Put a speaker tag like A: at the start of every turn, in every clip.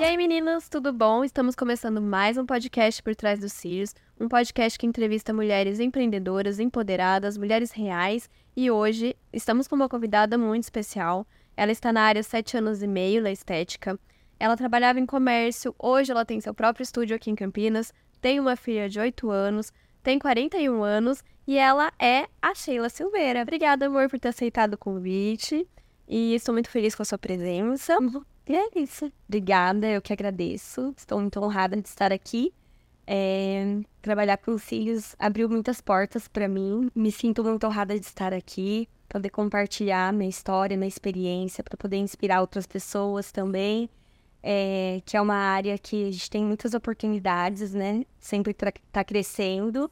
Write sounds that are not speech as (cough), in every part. A: Ei meninas, tudo bom? Estamos começando mais um podcast por trás dos cílios, um podcast que entrevista mulheres empreendedoras, empoderadas, mulheres reais, e hoje estamos com uma convidada muito especial. Ela está na área há sete anos e meio na estética. Ela trabalhava em comércio, hoje ela tem seu próprio estúdio aqui em Campinas, tem uma filha de 8 anos, tem 41 anos e ela é a Sheila Silveira. Obrigada, amor, por ter aceitado o convite. E estou muito feliz com a sua presença. E é isso. Obrigada, eu que agradeço. Estou muito honrada de estar aqui. É, trabalhar com os cílios abriu muitas portas para mim. Me sinto muito honrada de estar aqui, poder compartilhar minha história, minha experiência, para poder inspirar outras pessoas também. É, que é uma área que a gente tem muitas oportunidades, né? Sempre tra- tá crescendo.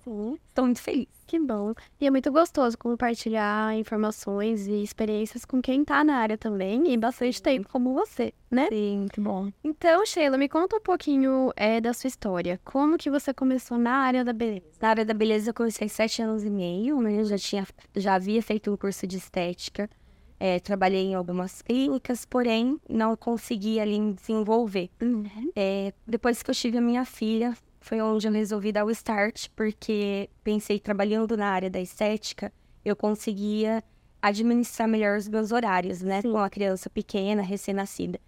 A: Estou muito feliz. Que bom. E é muito gostoso compartilhar informações e experiências com quem tá na área também e bastante tempo, como você, né?
B: Sim, muito bom.
A: Então, Sheila, me conta um pouquinho é, da sua história. Como que você começou na área da beleza?
B: Na área da beleza eu comecei sete anos e meio, né? Eu já, tinha, já havia feito um curso de estética. É, trabalhei em algumas clínicas, porém não consegui ali me desenvolver.
A: Uhum.
B: É, depois que eu tive a minha filha, foi onde eu resolvi dar o start, porque pensei, trabalhando na área da estética, eu conseguia administrar melhor os meus horários, né? Com a criança pequena, recém-nascida.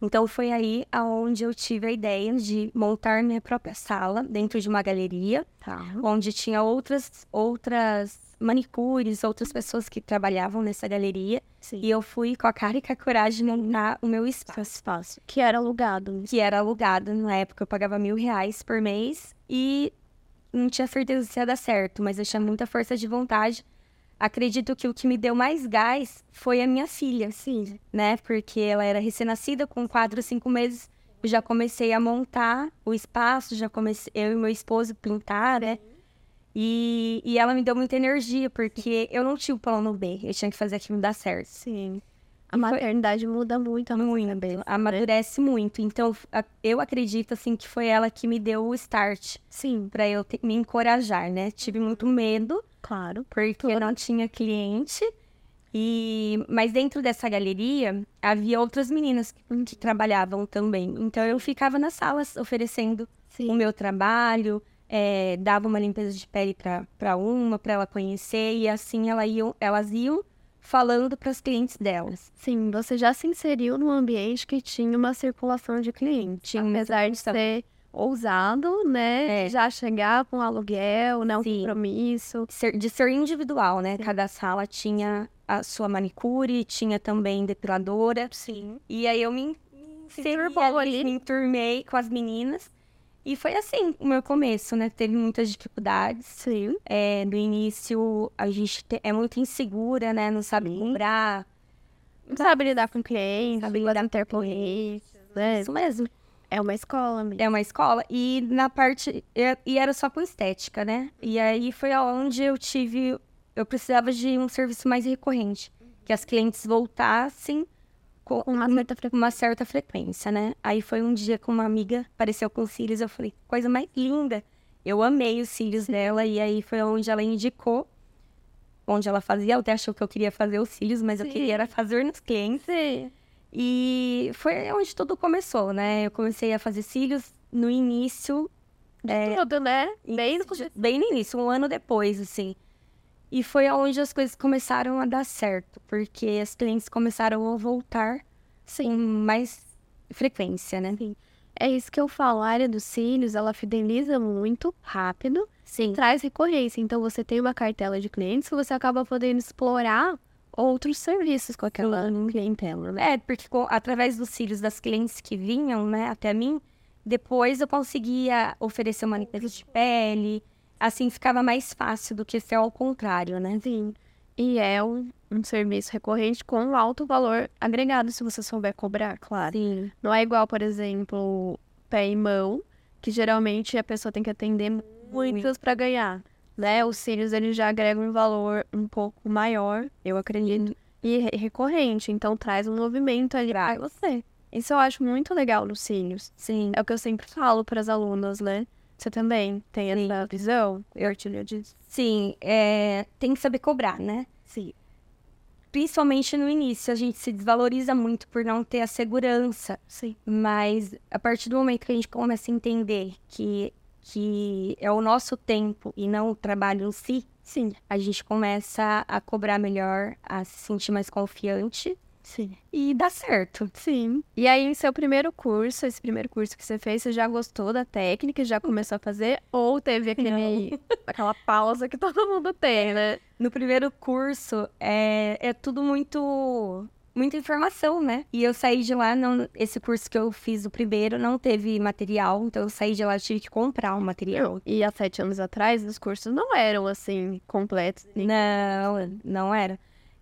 B: Então foi aí aonde eu tive a ideia de montar minha própria sala dentro de uma galeria,
A: Tá.
B: onde tinha outras outras manicures, outras pessoas que trabalhavam nessa galeria,
A: Sim.
B: e eu fui com a cara e com a coragem na o meu espaço
A: espaço. Que era alugado. né?
B: que era alugado na época. Eu pagava mil reais por mês e não tinha certeza se ia dar certo, mas eu tinha muita força de vontade. Acredito que o que me deu mais gás foi a minha filha,
A: Sim.
B: né? Porque ela era recém-nascida, com quatro, cinco meses, eu já comecei a montar o espaço, já comecei eu e meu esposo pintar, né? E, e ela me deu muita energia, porque eu não tinha o plano B, eu tinha que fazer aquilo dar certo.
A: Sim. A
B: E foi-
A: maternidade muda muito né? a nossa cabeça.
B: amadurece muito. Então, a- eu acredito, assim, que foi ela que me deu o start
A: Sim,
B: pra eu te- me encorajar, né? Tive muito medo,
A: claro.
B: porque eu não tinha cliente. E... Mas dentro dessa galeria, havia outras meninas que trabalhavam também. Então, eu ficava nas salas oferecendo o
A: Sim.
B: meu trabalho, eh, dava uma limpeza de pele pra, pra uma, pra ela conhecer. E assim, ela iam, elas iam falando pras clientes delas.
A: Sim, você já se inseriu num ambiente que tinha uma circulação de clientes.
B: Tinha muita
A: apesar de
B: circulação.
A: ser ousado, né?
B: Ah, É.
A: Já chegar com aluguel, né? Um
B: Sim.
A: compromisso.
B: ser- de ser individual, né? Cada sala tinha a sua manicure, tinha também depiladora.
A: Sim.
B: E aí eu me, me
A: Se
B: inseri
A: enturmou ali. né?
B: me enturmei com as meninas. E foi assim o meu começo, né? Teve muitas dificuldades.
A: Sim.
B: É, no início, a gente te- é muito insegura, né? Não sabe
A: Sim.
B: cobrar.
A: Não sabe lidar com clientes, sabe
B: Sabe lidar
A: lidar
B: com
A: com intercorrentes, né?
B: Isso mesmo.
A: É uma escola mesmo.
B: É uma escola. E na parte. e- E era só com estética, né? E aí foi aonde eu tive. Eu precisava de um serviço mais recorrente. Que as clientes voltassem com
A: Com uma certa frequência.
B: com uma certa frequência, né? Aí foi um dia que uma amiga apareceu com os cílios, eu falei, coisa mais linda. Eu amei os cílios dela, e aí foi onde ela indicou, onde ela fazia, ela até achou que eu queria fazer os cílios, mas eu
A: Sim.
B: queria era fazer nos clientes. E foi onde tudo começou, né? Eu comecei a fazer cílios no início, é,
A: Tudo, né? Bem
B: isso, bem no início, um ano depois, assim. E foi onde as coisas começaram a dar certo, porque as clientes começaram a voltar com
A: Sim.
B: mais frequência, né?
A: É isso que eu falo. A área dos cílios, ela fideliza muito rápido,
B: Sim.
A: traz recorrência. Então, você tem uma cartela de clientes que você acaba podendo explorar outros serviços com aquela clientela, né?
B: É, porque com- através dos cílios das clientes que vinham, né, até mim, depois eu conseguia oferecer uma limpeza de pele. Assim ficava mais fácil do que ser ao contrário, né?
A: Sim. E é um, um serviço recorrente com alto valor agregado, se você souber cobrar, claro.
B: Sim.
A: Não é igual, por exemplo, pé e mão, que geralmente a pessoa tem que atender muitas para ganhar, né? Os cílios eles já agregam um valor um pouco maior, eu acredito, e re- recorrente, então traz um movimento ali para você. Isso eu acho muito legal nos cílios.
B: Sim.
A: É o que eu sempre falo para as alunas, né? Você também tem
B: Sim.
A: essa visão? Eu disso.
B: Sim, é, tem que saber cobrar, né?
A: Sim.
B: principalmente no início, a gente se desvaloriza muito por não ter a segurança.
A: Sim.
B: Mas a partir do momento que a gente começa a entender que, que é o nosso tempo e não o trabalho em si,
A: Sim.
B: a gente começa a cobrar melhor, a se sentir mais confiante
A: Sim.
B: e dá certo.
A: Sim. E aí, em seu primeiro curso, esse primeiro curso que você fez, você já gostou da técnica, já começou a fazer? Ou teve aquele, (laughs) aquela pausa que todo mundo tem, né?
B: No primeiro curso é, é tudo muito muita informação, né? E eu saí de lá, não, esse curso que eu fiz o primeiro não teve material, então eu saí de lá tive que comprar o material.
A: E há sete anos atrás, os cursos não eram assim, completos. nem-
B: Não, não era.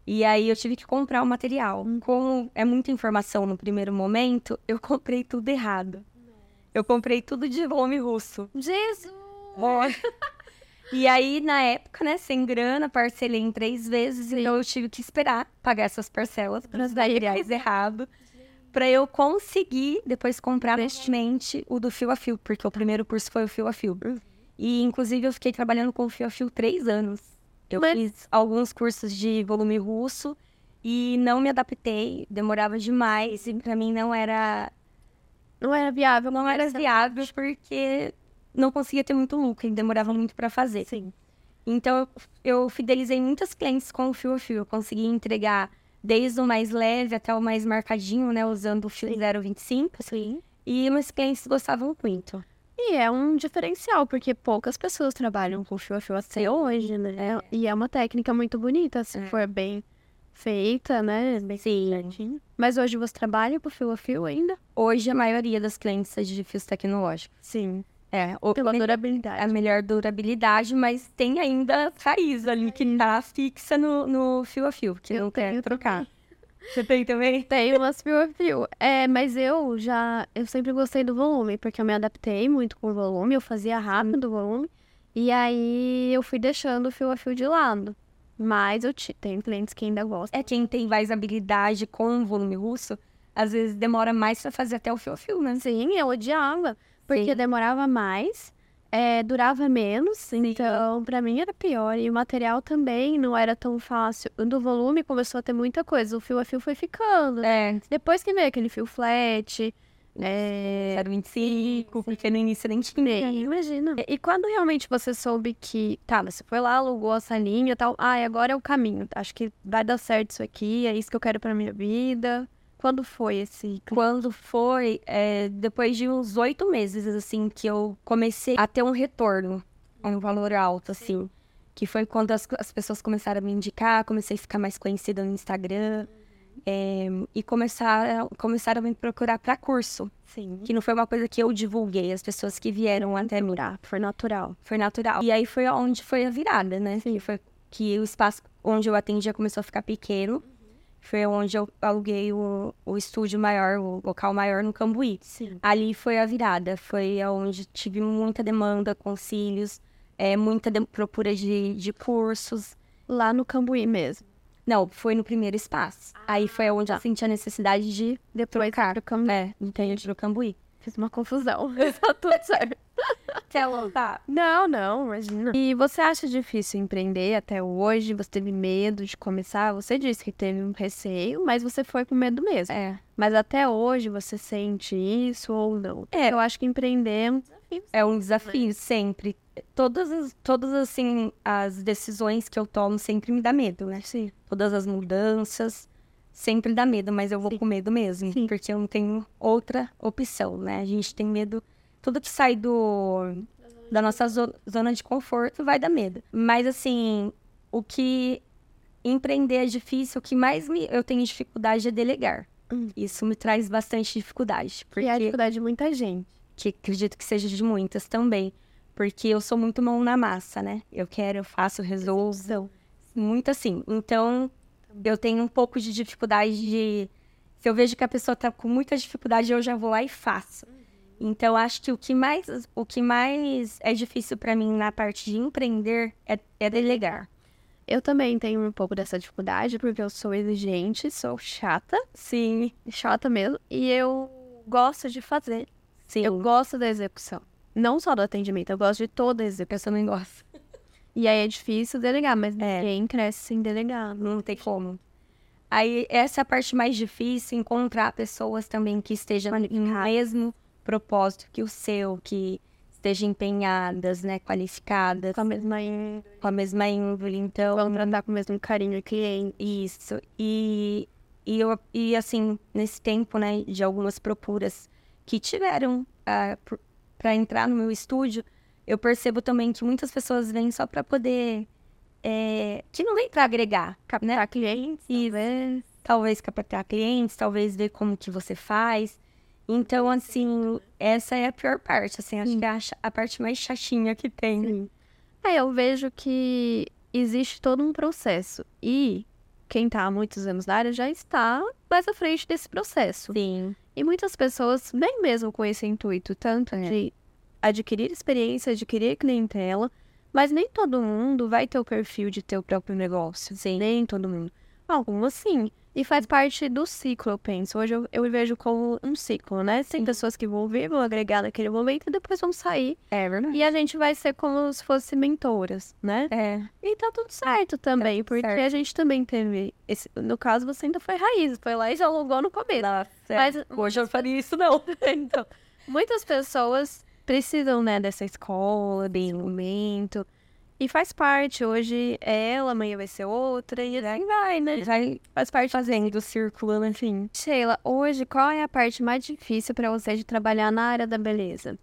B: E aí eu tive que comprar o material. Como é muita informação no primeiro momento, eu (laughs) comprei tudo errado. Eu comprei tudo de volume russo.
A: Jesus!
B: (laughs) E aí, na época, né, sem grana, parcelei em três vezes, então eu tive que esperar pagar essas parcelas para os materiais errado, para eu conseguir depois comprar novamente o do fio a fio, porque o primeiro curso foi o fio a fio. E, inclusive, eu fiquei trabalhando com o fio a fio três anos. Eu
A: Mas-
B: fiz alguns cursos de volume russo e não me adaptei, demorava demais, e para mim não era,
A: Não era viável.
B: não era viável, porque não conseguia ter muito lucro, e demorava muito para fazer.
A: Sim.
B: Então, eu, eu fidelizei muitos clientes com o fio a fio. Eu consegui entregar desde o mais leve até o mais marcadinho, né? Usando o fio 025.
A: Sim.
B: E meus clientes gostavam muito.
A: E é um diferencial, porque poucas pessoas trabalham com fio a fio até hoje, né? É- E é uma técnica muito bonita, se
B: É.
A: for bem feita, né? Bem
B: Sim.
A: certinho. Mas hoje você trabalha com fio a fio ainda?
B: Hoje, a maioria das clientes é de fios tecnológicos.
A: Sim.
B: É, o-
A: Pela
B: me-
A: durabilidade.
B: a melhor durabilidade, mas tem ainda a raiz ali que tá fixa no, no fio a fio, que
A: Eu
B: não quer
A: tenho
B: trocar. Você tem também?
A: Tem umas fio a fio. É, mas eu já. Eu sempre gostei do volume, porque eu me adaptei muito com o volume, eu fazia rápido o volume. E aí eu fui deixando o fio a fio de lado. Mas eu te- tenho clientes que ainda gostam.
B: É quem tem mais habilidade com o volume russo, às vezes demora mais pra fazer até o fio a fio, né?
A: É, Sim, eu odiava, porque
B: Sim.
A: demorava mais, é, durava menos, então pra mim era pior. E o material também não era tão fácil. O do volume começou a ter muita coisa, o fio a fio foi ficando.
B: É,
A: Depois que veio aquele fio flat, é...
B: Era 25, porque no início nem
A: nem
B: tinha.
A: imagina. E quando realmente você soube que, tá, você foi lá, alugou essa linha e tal, ah, agora é o caminho, acho que vai dar certo isso aqui, é isso que eu quero pra minha vida. Quando foi esse...
B: Quando foi, é, depois de uns oito meses, assim, que eu comecei a ter um retorno, um valor alto, assim. Que foi quando as, as pessoas começaram a me indicar, comecei a ficar mais conhecida no Instagram. é, e começaram, começaram a me procurar para curso,
A: Sim.
B: que não foi uma coisa que eu divulguei, as pessoas que vieram até mim.
A: Foi natural.
B: Foi natural. E aí foi onde foi a virada, né? Que Foi que o espaço onde eu atendia começou a ficar pequeno. Foi onde eu aluguei o, o estúdio maior, o local maior no Cambuí.
A: Sim.
B: Ali foi a virada. Foi onde tive muita demanda, concílios, é, muita de- procura de, de cursos.
A: Lá no Cambuí mesmo.
B: Não, foi no primeiro espaço. Aí foi onde eu senti a necessidade de
A: Depois
B: trocar.
A: do Cambuí.
B: É, entende? No Cambuí.
A: Fiz uma (laughs) confusão. Tá tudo certo.
B: Até tá.
A: Não, não, imagina. E você acha difícil empreender até hoje? Você teve medo de começar? Você disse que teve um receio, mas você foi com medo mesmo.
B: É.
A: Mas até hoje você sente isso ou não?
B: É.
A: Eu acho que empreender é um desafio.
B: É um desafio sempre. Todas as, todas assim as decisões que eu tomo sempre me dá medo, né?
A: Sim.
B: Todas as mudanças sempre dá medo, mas eu vou
A: Sim.
B: com medo mesmo,
A: Sim.
B: porque eu não tenho outra opção, né? A gente tem medo tudo que sai do da nossa zo- zona de conforto vai dar medo. Mas assim, o que empreender é difícil, o que mais me, eu tenho dificuldade é delegar.
A: Hum.
B: Isso me traz bastante dificuldade,
A: E é a
B: porque
A: dificuldade de muita gente.
B: que acredito que seja de muitas também, porque eu sou muito mão na massa, né? Eu quero, eu faço, eu resolvo, muito assim. Então, eu tenho um pouco de dificuldade de se eu vejo que a pessoa tá com muita dificuldade, eu já vou lá e faço. Então, acho que o que mais, o que mais é difícil para mim na parte de empreender é, é delegar.
A: Eu também tenho um pouco dessa dificuldade, porque eu sou exigente, sou chata,
B: Sim,
A: chata mesmo, e eu gosto de fazer.
B: sim.
A: Eu
B: Eu,
A: gosto da execução. Não só do atendimento, eu gosto de toda a execução.
B: eu também gosto.
A: E aí é difícil delegar, mas
B: É.
A: ninguém cresce sem delegar.
B: Não tem como. Aí essa é a parte mais difícil, encontrar pessoas também que estejam no mesmo propósito que o seu, que estejam empenhadas, né, qualificadas,
A: Com a mesma índole,
B: com a mesma índole. Então,
A: vão tratar com o mesmo carinho o cliente.
B: isso. E, e, eu, e assim, nesse tempo, né, de algumas procuras que tiveram para entrar no meu estúdio, eu percebo também que muitas pessoas vêm só para poder. é, que não vem para agregar, né?
A: Captar clientes,
B: Isso.
A: talvez.
B: talvez captar clientes, talvez ver como que você faz. Então, assim, essa é a pior parte, assim, acho que é a, cha- a parte mais chatinha que tem.
A: Sim. É, eu vejo que existe todo um processo. E quem tá há muitos anos na área já está mais à frente desse processo.
B: Sim,
A: E muitas pessoas vêm mesmo com esse intuito, tanto
B: É.
A: de adquirir experiência, adquirir clientela, mas nem todo mundo vai ter o perfil de ter o próprio negócio.
B: Sim.
A: Nem todo mundo. Algumas sim. E faz parte do ciclo, eu penso. Hoje eu, eu vejo como um ciclo, né? Tem
B: Sim.
A: pessoas que vão vir, vão agregar naquele momento e depois vão sair.
B: é verdade.
A: E a gente vai ser como se fosse mentoras, né?
B: É,
A: E tá tudo certo também,
B: tudo
A: porque
B: certo.
A: a gente também teve. esse- no caso, você ainda foi raiz, foi lá e já alugou no começo. Mas-
B: hoje eu faria isso (laughs) não.
A: Então, muitas pessoas precisam, né, dessa escola, desse momento. E faz parte. Hoje é ela, amanhã vai ser outra, e assim vai, né?
B: Vai
A: Faz parte.
B: fazendo, circulando, assim.
A: Sheila, hoje qual é a parte mais difícil pra você de trabalhar na área da beleza?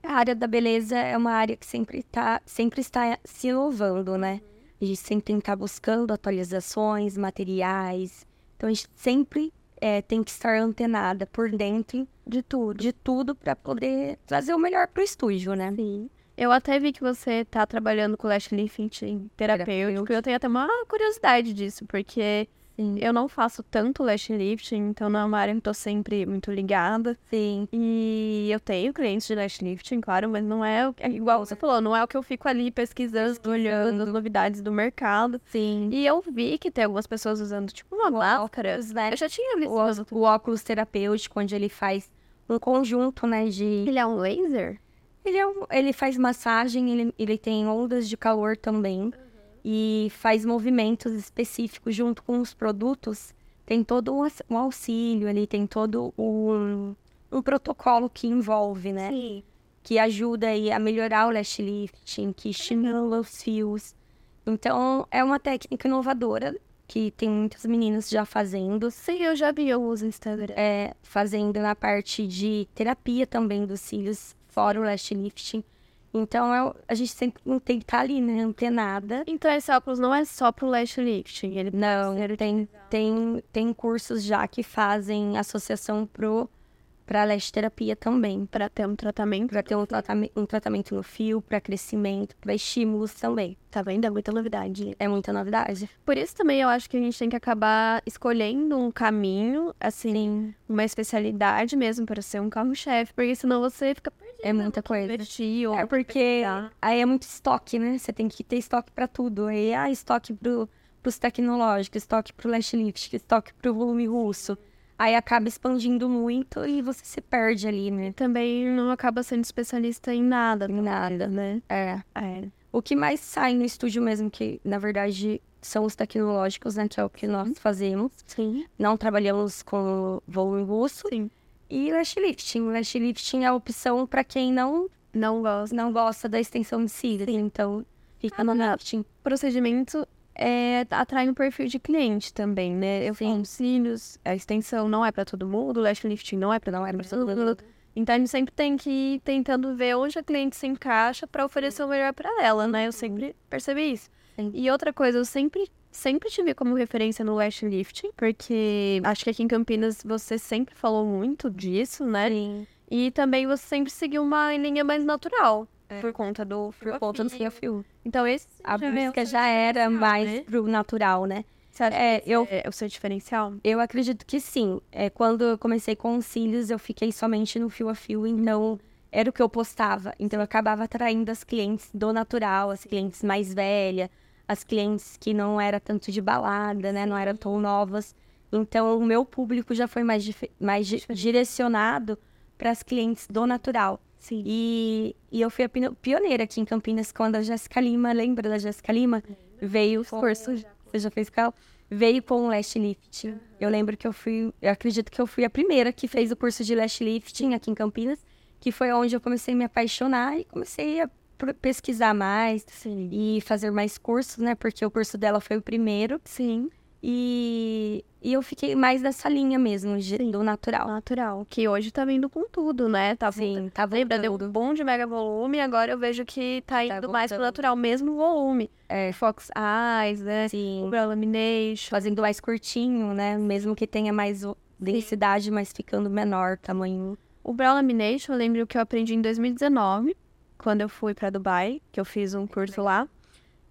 B: A área da beleza é uma área que sempre, tá, sempre está se inovando, né? A gente sempre tem que estar buscando atualizações, materiais. Então, a gente sempre é, tem que estar antenada por dentro de tudo, de tudo para poder trazer o melhor para o estúdio, né?
A: Sim. Eu até vi que você tá trabalhando com lash lifting terapêutico.
B: Terapêutico.
A: Eu tenho até uma curiosidade disso, porque
B: Sim.
A: eu não faço tanto lash lifting, então não é uma área que eu tô sempre muito ligada.
B: Sim,
A: E eu tenho clientes de lash lifting, claro, mas não é, o- é igual você falou, não é o que eu fico ali pesquisando, olhando as novidades do mercado.
B: sim.
A: E eu vi que tem algumas pessoas usando tipo uma máscara. Eu já tinha visto.
B: O, ó- o óculos terapêutico, onde ele faz um conjunto, né, de...
A: Ele é um laser?
B: Ele, é um- ele faz massagem, ele, ele tem ondas de calor também. E faz movimentos específicos junto com os produtos. Tem todo um, aux- um auxílio ali, tem todo um, um protocolo que envolve, né?
A: Sim.
B: Que ajuda aí a melhorar o lash lifting, que estimula os fios. Então, é uma técnica inovadora que tem muitas meninas já fazendo.
A: Sim, eu já vi alguns no Instagram.
B: É, fazendo na parte de terapia também dos cílios, fora o lash lifting. Então, é- a gente sempre não tem que estar ali, né? Não tem nada.
A: Então esse óculos não é só pro lash lifting, ele
B: Não, tem, tem, tem cursos já que fazem associação pro, pra lash terapia também.
A: para ter um tratamento.
B: Pra ter um, tratame- um tratamento no fio, pra crescimento, pra estímulos também.
A: Tá vendo? É muita novidade.
B: É muita novidade.
A: Por isso também eu acho que a gente tem que acabar escolhendo um caminho, assim,
B: Sim,
A: uma especialidade mesmo para ser um carro-chefe, porque senão você fica perdido.
B: é muita coisa.
A: Investir ou
B: É porque
A: Tá.
B: aí é muito estoque, né? Você tem que ter estoque pra tudo. Aí ah, estoque pro, pros tecnológicos, estoque pro lash lift, estoque pro volume russo. Aí acaba expandindo muito e você se perde ali, né?
A: também não acaba sendo especialista em nada,
B: Em nada.
A: né?
B: É.
A: É.
B: O que mais sai no estúdio mesmo, que na verdade são os tecnológicos, né? Que é o que nós fazemos.
A: Sim.
B: Não trabalhamos com volume russo.
A: Sim.
B: E lash lifting. Lash lifting é a opção pra quem não,
A: Não gosto.
B: não gosta da extensão de cílios. Então, fica no lifting.
A: O procedimento é, atrai um perfil de cliente também, né? Eu
B: Sim.
A: falo, os cílios, a extensão não é para todo mundo, o lash lifting não é para não é para todo mundo. Então a gente sempre tem que ir tentando ver onde a cliente se encaixa para oferecer o melhor para ela, né? Eu sempre percebi isso.
B: Sim.
A: E outra coisa, eu sempre sempre tive como referência no lash lifting, porque acho que aqui em Campinas você sempre falou muito disso, né?
B: Sim,
A: E também você sempre seguiu uma linha mais natural
B: É.
A: por conta do
B: por conta do
A: fio.
B: sem fio.
A: Então esse
B: assim, A
A: já é o
B: busca
A: seu
B: já era
A: diferencial,
B: mais
A: né?
B: pro natural, né?
A: Você acha
B: É, eu,
A: que é o seu diferencial?
B: eu acredito que sim. É, quando eu comecei com os cílios, eu fiquei somente no fio a fio, então era o que eu postava. Então eu acabava atraindo as clientes do natural, as clientes mais velhas, as clientes que não era tanto de balada, né? Não eram tão novas. Então o meu público já foi mais, dife- mais di- direcionado para as clientes do natural.
A: Sim.
B: E, e eu fui a pino- pioneira aqui em Campinas quando a Jéssica Lima, lembra da Jéssica Lima? Veio
A: Fiz curso
B: Você já fez com ela? veio com o lash lifting. Eu lembro que eu fui, eu acredito que eu fui a primeira que fez o curso de lash lifting aqui em Campinas, que foi onde eu comecei a me apaixonar e comecei a pro- pesquisar mais
A: Sim.
B: e fazer mais cursos, né? Porque o curso dela foi o primeiro. Sim. E, e eu fiquei mais nessa linha mesmo, de- do natural.
A: Natural. Que hoje tá vindo com tudo, né? Ah, Tá voltando.
B: Sim, tá
A: Lembra, deu
B: voltando.
A: um boom de mega volume, agora eu vejo que tá indo mais pro
B: voltando.
A: natural, mesmo volume.
B: É.
A: Fox Eyes, né?
B: Sim.
A: Umbra Lamination.
B: assim, Fazendo mais curtinho, né? Mesmo que tenha mais o- densidade, mas ficando menor tamanho.
A: O Brow Lamination, eu lembro que eu aprendi em 2019, quando eu fui pra Dubai, que eu fiz um curso lá.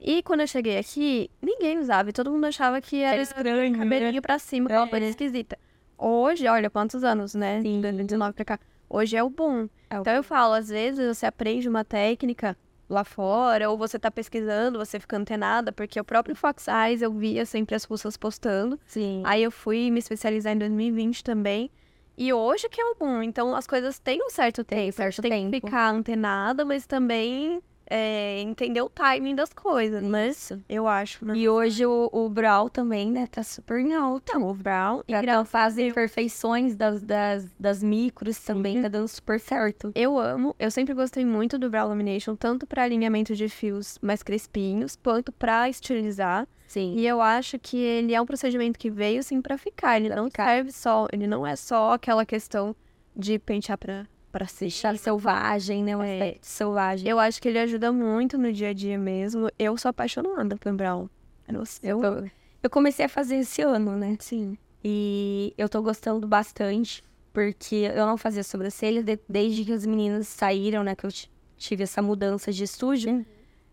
A: E quando eu cheguei aqui, ninguém usava, e todo mundo achava que era, né?
B: estranho,
A: cabelinho pra cima, que era uma coisa
B: Uhum. É.
A: esquisita. Hoje, olha, quantos anos, né?
B: Sim.
A: 2019 pra cá. Hoje é o boom.
B: É o
A: Então eu falo, às vezes você aprende uma técnica lá fora, ou você tá pesquisando, você fica antenada, porque o próprio Fox Eyes eu via sempre as pessoas postando.
B: Sim.
A: Aí eu fui me especializar em 2020 também. E hoje que é o boom. Então as coisas têm um certo
B: Tem um
A: tempo.
B: certo
A: tem que
B: tempo.
A: ficar antenada, mas também é, entender o timing das coisas, né? Eu acho, né?
B: E hoje o, o Brawl também, né? Tá super em alta.
A: o Brown
B: Pra tá fazer imperfeições das, das, das micros também, tá dando super certo.
A: Eu amo, eu sempre gostei muito do Brow Lamination, tanto pra alinhamento de fios mais crespinhos, quanto pra estilizar.
B: Sim.
A: E eu acho que ele é um procedimento que veio sim pra ficar. Ele não
B: ficar.
A: serve só, ele não é só aquela questão de pentear pra, pra cima.
B: Deixar selvagem, né? Um
A: É.
B: aspecto selvagem.
A: Eu acho que ele ajuda muito no dia a dia mesmo. Eu sou apaixonada por Brown. Nossa, eu
B: Eu, eu comecei a fazer esse ano, né?
A: sim.
B: E eu tô gostando bastante, porque eu não fazia sobrancelha de- desde que as meninas saíram, né? Que eu ti- tive essa mudança de estúdio.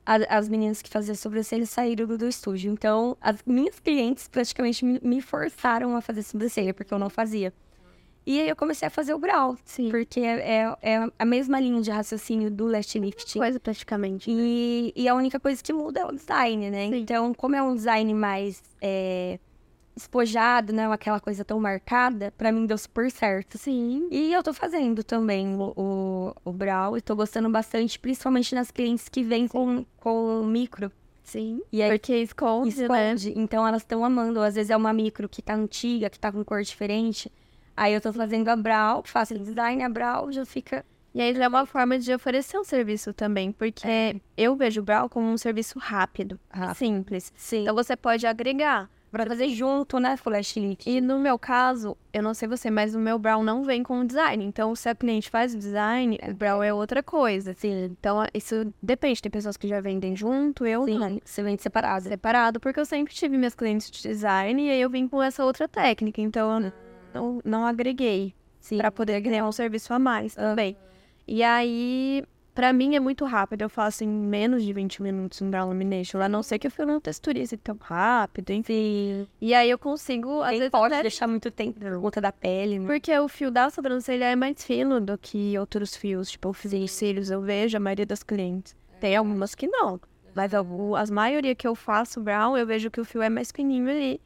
B: A- as meninas que faziam sobrancelha saíram do, do estúdio. Então, as minhas clientes praticamente me, me forçaram a fazer sobrancelha, porque eu não fazia. E aí eu comecei a fazer o brow,
A: Sim.
B: porque é, é- é a mesma linha de raciocínio do lash lifting.
A: Coisa praticamente.
B: E, e a única coisa que muda é o design, né?
A: Sim.
B: Então, como é um design mais é, espojado, não é aquela coisa tão marcada, pra mim deu super certo.
A: Sim.
B: E eu tô fazendo também o, o, o brow e tô gostando bastante, principalmente nas clientes que vêm com, com micro.
A: Sim. É
B: E aí
A: Porque esconde, né?
B: esconde. Então elas estão amando. Às vezes é uma micro que tá antiga, que tá com cor diferente. Aí eu tô fazendo a brow, faço design, a brow já fica.
A: E aí ele é uma forma de oferecer um serviço também, porque eu vejo o Brown como um serviço rápido,
B: Rápido.
A: simples.
B: Sim.
A: Então você pode agregar.
B: pra fazer junto, né, Flash Lift?
A: E no meu caso, eu não sei você, mas o meu Brown não vem com o design. Então, se a cliente faz o design, o Brown é outra coisa.
B: Sim.
A: Então, isso depende. Tem pessoas que já vendem junto, eu não.
B: Sim, você vende separado. né?
A: separado, porque eu sempre tive minhas clientes de design e aí eu vim com essa outra técnica, então eu n- não, não agreguei
B: Sim.
A: para poder ganhar um serviço a mais também. E aí, pra mim é muito rápido, eu faço em menos de 20 minutos um brow lamination, a não ser que eu fui num texturista tão rápido, enfim.
B: Sim.
A: E aí eu consigo, às
B: Às
A: vezes,
B: pode
A: né,
B: deixar muito tempo por conta da pele, né?
A: porque o fio da sobrancelha é mais fino do que outros fios, tipo, o fio dos cílios eu vejo a maioria das clientes. Tem algumas que não, mas algu- as maioria que eu faço brown, eu vejo que o fio é mais fininho ali.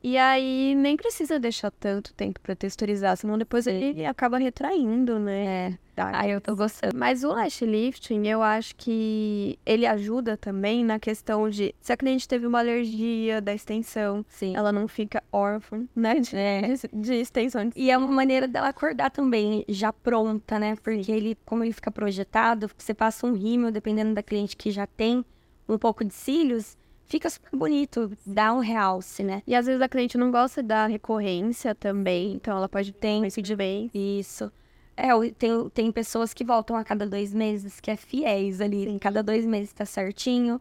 A: E aí nem precisa deixar tanto tempo pra texturizar, senão depois ele acaba retraindo, né? Tá.
B: Aí eu tô gostando.
A: Mas o lash lifting, eu acho que ele ajuda também na questão de se a cliente teve uma alergia da extensão,
B: Sim.
A: ela não fica órfã, né? De, de extensão de
B: E é uma maneira dela acordar também, já pronta, né? Porque ele, como ele fica projetado, você passa um rímel, dependendo da cliente que já tem um pouco de cílios, fica super bonito, dá um realce, né?
A: E às vezes a cliente não gosta da recorrência também, então ela pode ter isso de bem.
B: Isso. É, o- tem, tem pessoas que voltam a cada dois meses, que é fiéis ali. Cada dois meses tá certinho.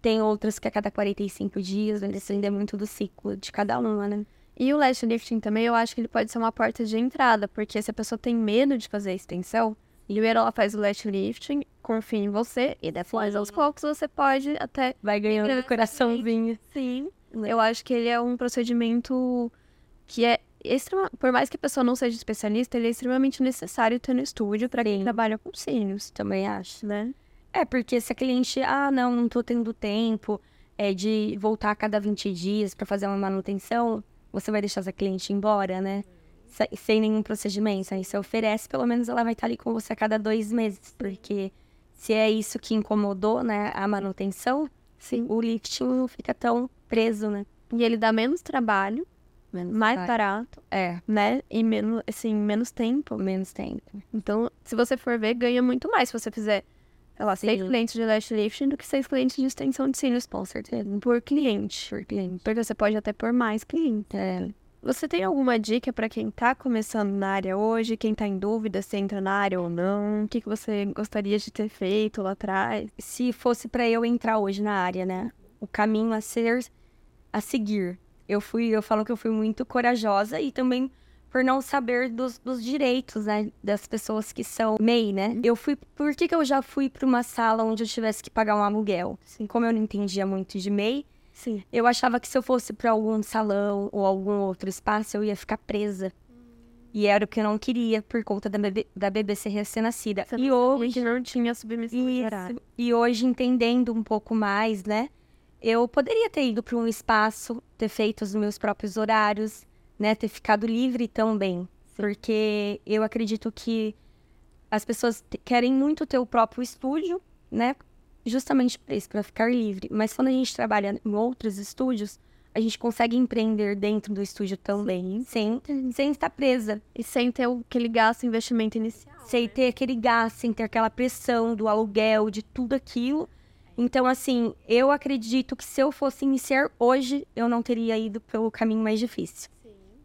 B: Tem outras que é a cada 45 dias, vai depender é muito do ciclo de cada uma, né?
A: E o lash lifting também, eu acho que ele pode ser uma porta de entrada, porque se a pessoa tem medo de fazer a extensão, primeiro ela faz o lash lifting, confia em você, e depois aos poucos você pode até...
B: Vai ganhando o coraçãozinho.
A: Sim. Eu acho que ele é um procedimento que é... Extrema... Por mais que a pessoa não seja especialista, ele é extremamente necessário ter no estúdio para quem
B: Sim.
A: trabalha com cílios,
B: Também acho.
A: né?
B: É, porque se a cliente, ah, não, não tô tendo tempo é, de voltar a cada 20 dias pra fazer uma manutenção, você vai deixar essa cliente embora, né? Se- Sem nenhum procedimento. Aí você oferece, pelo menos ela vai estar ali com você a cada dois meses. Porque se é isso que incomodou, né, a manutenção,
A: Sim.
B: o lifting não fica tão preso, né?
A: E ele dá menos trabalho,
B: Menos
A: mais
B: trabalho.
A: barato,
B: É,
A: né? E menos, assim, menos tempo.
B: menos tempo.
A: Então, se você for ver, ganha muito mais se você fizer, sei lá, seis
B: Sim.
A: clientes de lash lifting do que seis clientes de extensão de cílios
B: Com certeza.
A: por cliente.
B: Por cliente.
A: Porque você pode até pôr mais clientes.
B: É,
A: Você tem alguma dica pra quem tá começando na área hoje, quem tá em dúvida se entra na área ou não? O que, que você gostaria de ter feito lá atrás?
B: se fosse pra eu entrar hoje na área, né? O caminho a ser a seguir. Eu fui, eu falo que eu fui muito corajosa e também por não saber dos, dos direitos, né, das pessoas que são MEI, né?
A: Uhum.
B: Eu fui, por que que eu já fui pra uma sala onde eu tivesse que pagar um aluguel?
A: Sim.
B: Como eu não entendia muito de MEI,
A: Sim.
B: eu achava que se eu fosse pra algum salão ou algum outro espaço, eu ia ficar presa. E era o que eu não queria por conta da bebê, da bebê ser recém-nascida.
A: Você
B: E
A: não-
B: hoje
A: que não tinha submissão de horário.
B: isso. E hoje, entendendo um pouco mais, né? Eu poderia ter ido para um espaço, ter feito os meus próprios horários, né? Ter ficado livre também. Porque eu acredito que as pessoas te- querem muito ter o próprio estúdio, né? Justamente para isso, para ficar livre. Mas quando a gente trabalha em outros estúdios, a gente consegue empreender dentro do estúdio também, sem, sem estar presa
A: E sem ter o- aquele gasto investimento inicial.
B: sem ter aquele gasto, sem ter aquela pressão do aluguel, de tudo aquilo. Então, assim, eu acredito que se eu fosse iniciar hoje, eu não teria ido pelo caminho mais difícil.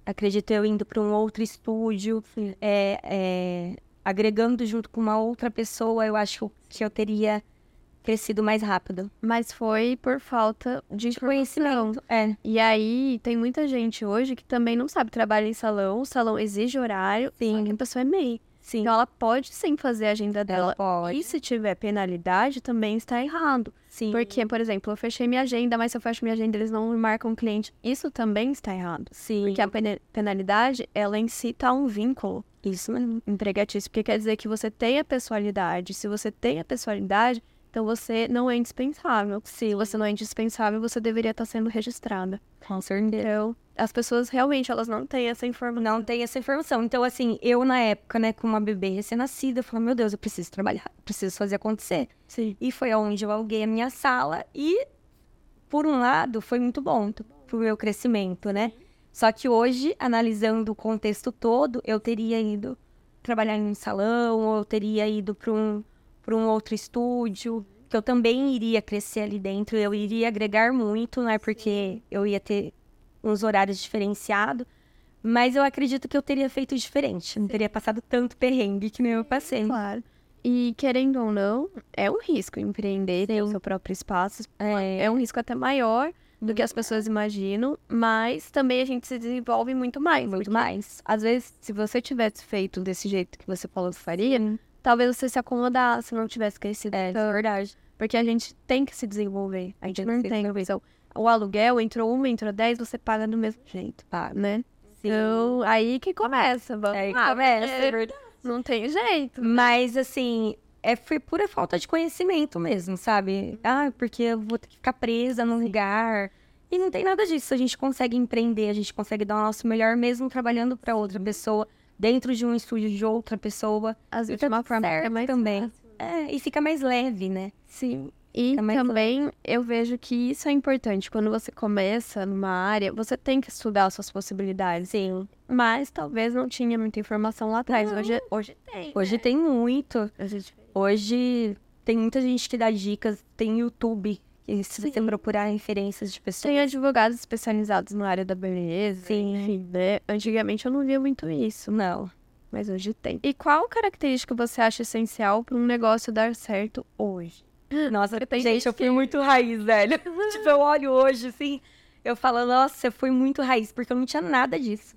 B: Acredito eu indo para um outro estúdio, é, é, agregando junto com uma outra pessoa, eu acho que eu teria crescido mais rápido.
A: Mas foi por falta de informação.
B: É,
A: E aí, tem muita gente hoje que também não sabe trabalhar em salão. O salão exige horário. Só que a pessoa é MEI.
B: sim.
A: Então, ela pode sim fazer a agenda
B: Ela
A: dela.
B: pode.
A: E se tiver penalidade, também está errado.
B: Sim.
A: Porque, por exemplo, eu fechei minha agenda, mas se eu fecho minha agenda, eles não marcam cliente. Isso também está errado.
B: sim.
A: Porque a pena- penalidade, ela em si tá um vínculo
B: Isso mesmo.
A: empregatício, porque quer dizer que você tem a pessoalidade. Se você tem a pessoalidade, então você não é indispensável. Se você não é indispensável, você deveria estar sendo registrada.
B: Com certeza.
A: Então, as pessoas realmente, elas não têm essa informação.
B: Não tem essa informação. Então, assim, eu na época, né, com uma bebê recém-nascida, eu falei, meu Deus, eu preciso trabalhar, preciso fazer acontecer.
A: Sim.
B: E foi onde eu aluguei a minha sala e, por um lado, foi muito bom t- pro meu crescimento, né? Só que hoje, analisando o contexto todo, eu teria ido trabalhar em um salão, ou eu teria ido para um, pra um outro estúdio, que eu também iria crescer ali dentro, eu iria agregar muito, né? Porque eu ia ter uns horários diferenciados. Mas eu acredito que eu teria feito diferente. Não teria passado tanto perrengue que nem eu passei.
A: Claro. E querendo ou não, é um risco empreender, ter o seu próprio espaço.
B: É,
A: É um risco até maior do que as pessoas imaginam, mas também a gente se desenvolve muito mais.
B: muito
A: porque
B: mais.
A: Às vezes, se você tivesse feito desse jeito que você falou que faria, talvez você se acomodasse, não tivesse crescido
B: É,
A: tanto.
B: é verdade.
A: Porque a gente tem que se desenvolver. A gente
B: Tem
A: não
B: que se
A: tem opção. O aluguel entrou uma, entrou dez, você paga do mesmo jeito,
B: Tá.
A: né?
B: Sim.
A: Então, aí que começa. Vamos
B: Aí
A: lá,
B: começa, é
A: porque
B: verdade.
A: Não tem jeito.
B: Mas assim, é, foi pura falta de conhecimento mesmo, sabe? Ah, porque eu vou ter que ficar presa num lugar. E não tem nada disso. A gente consegue empreender, a gente consegue dar o nosso melhor mesmo trabalhando para outra pessoa, dentro de um estúdio de outra pessoa.
A: Às
B: E
A: vezes,
B: tá
A: de uma
B: tudo
A: forma
B: certo
A: é mais
B: também. É, e fica mais leve, né?
A: Sim. E
B: Fica É mais
A: também eu vejo que isso é importante. Quando você começa numa área, você tem que estudar as suas possibilidades.
B: Sim.
A: Mas talvez não tinha muita informação lá atrás. Hoje, hoje tem. né?
B: Hoje tem muito.
A: A gente
B: Hoje tem muita gente que dá dicas, tem YouTube. E se você
A: Sim.
B: procurar referências de pessoas.
A: Tem advogados especializados na área da beleza.
B: Sim.
A: Enfim, né? Antigamente eu não via muito isso,
B: Não.
A: mas hoje tem. E qual característica você acha essencial para um negócio dar certo hoje?
B: Nossa,
A: Porque tem
B: gente,
A: gente
B: eu fui
A: que-
B: muito raiz, (laughs) velho. tipo, eu olho hoje, assim, eu falo, nossa, eu fui muito raiz, porque eu não tinha nada disso.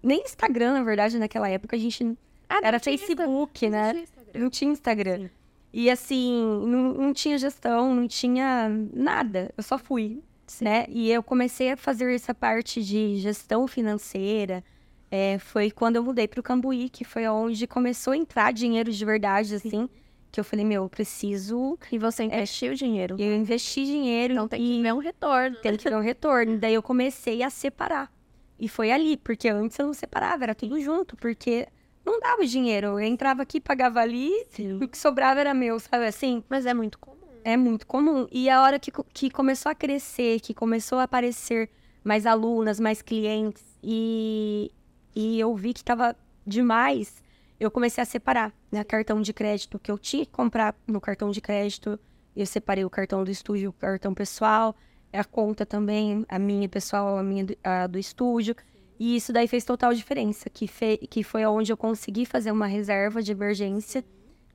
B: Nem Instagram, na verdade, naquela época, a gente Ah, não- era Facebook, né? Não tinha Instagram.
A: Sim.
B: E assim, não, não tinha gestão, não tinha nada. Eu só fui, né? E eu comecei a fazer essa parte de gestão financeira. é, foi quando eu mudei para o Cambuí, que foi onde começou a entrar dinheiro de verdade, assim. Que eu falei, meu, eu preciso
A: E você investiu dinheiro.
B: É. e Eu investi dinheiro
A: Então tem que
B: e
A: ver um retorno.
B: tem que ter um retorno. Daí eu comecei a separar. E foi ali, porque antes eu não separava, era tudo junto, porque não dava dinheiro. Eu entrava aqui, pagava ali,
A: Sim.
B: o que sobrava era meu, sabe assim?
A: Mas é muito comum.
B: É muito comum. E a hora que, co- que começou a crescer, que começou a aparecer mais alunas, mais clientes. E, e eu vi que estava demais. Eu comecei a separar né, cartão de crédito que eu tinha que comprar no cartão de crédito. Eu separei o cartão do estúdio, o cartão pessoal, a conta também, a minha pessoal, a minha do, a do estúdio. E isso daí fez total diferença, que, fe... que foi onde eu consegui fazer uma reserva de emergência.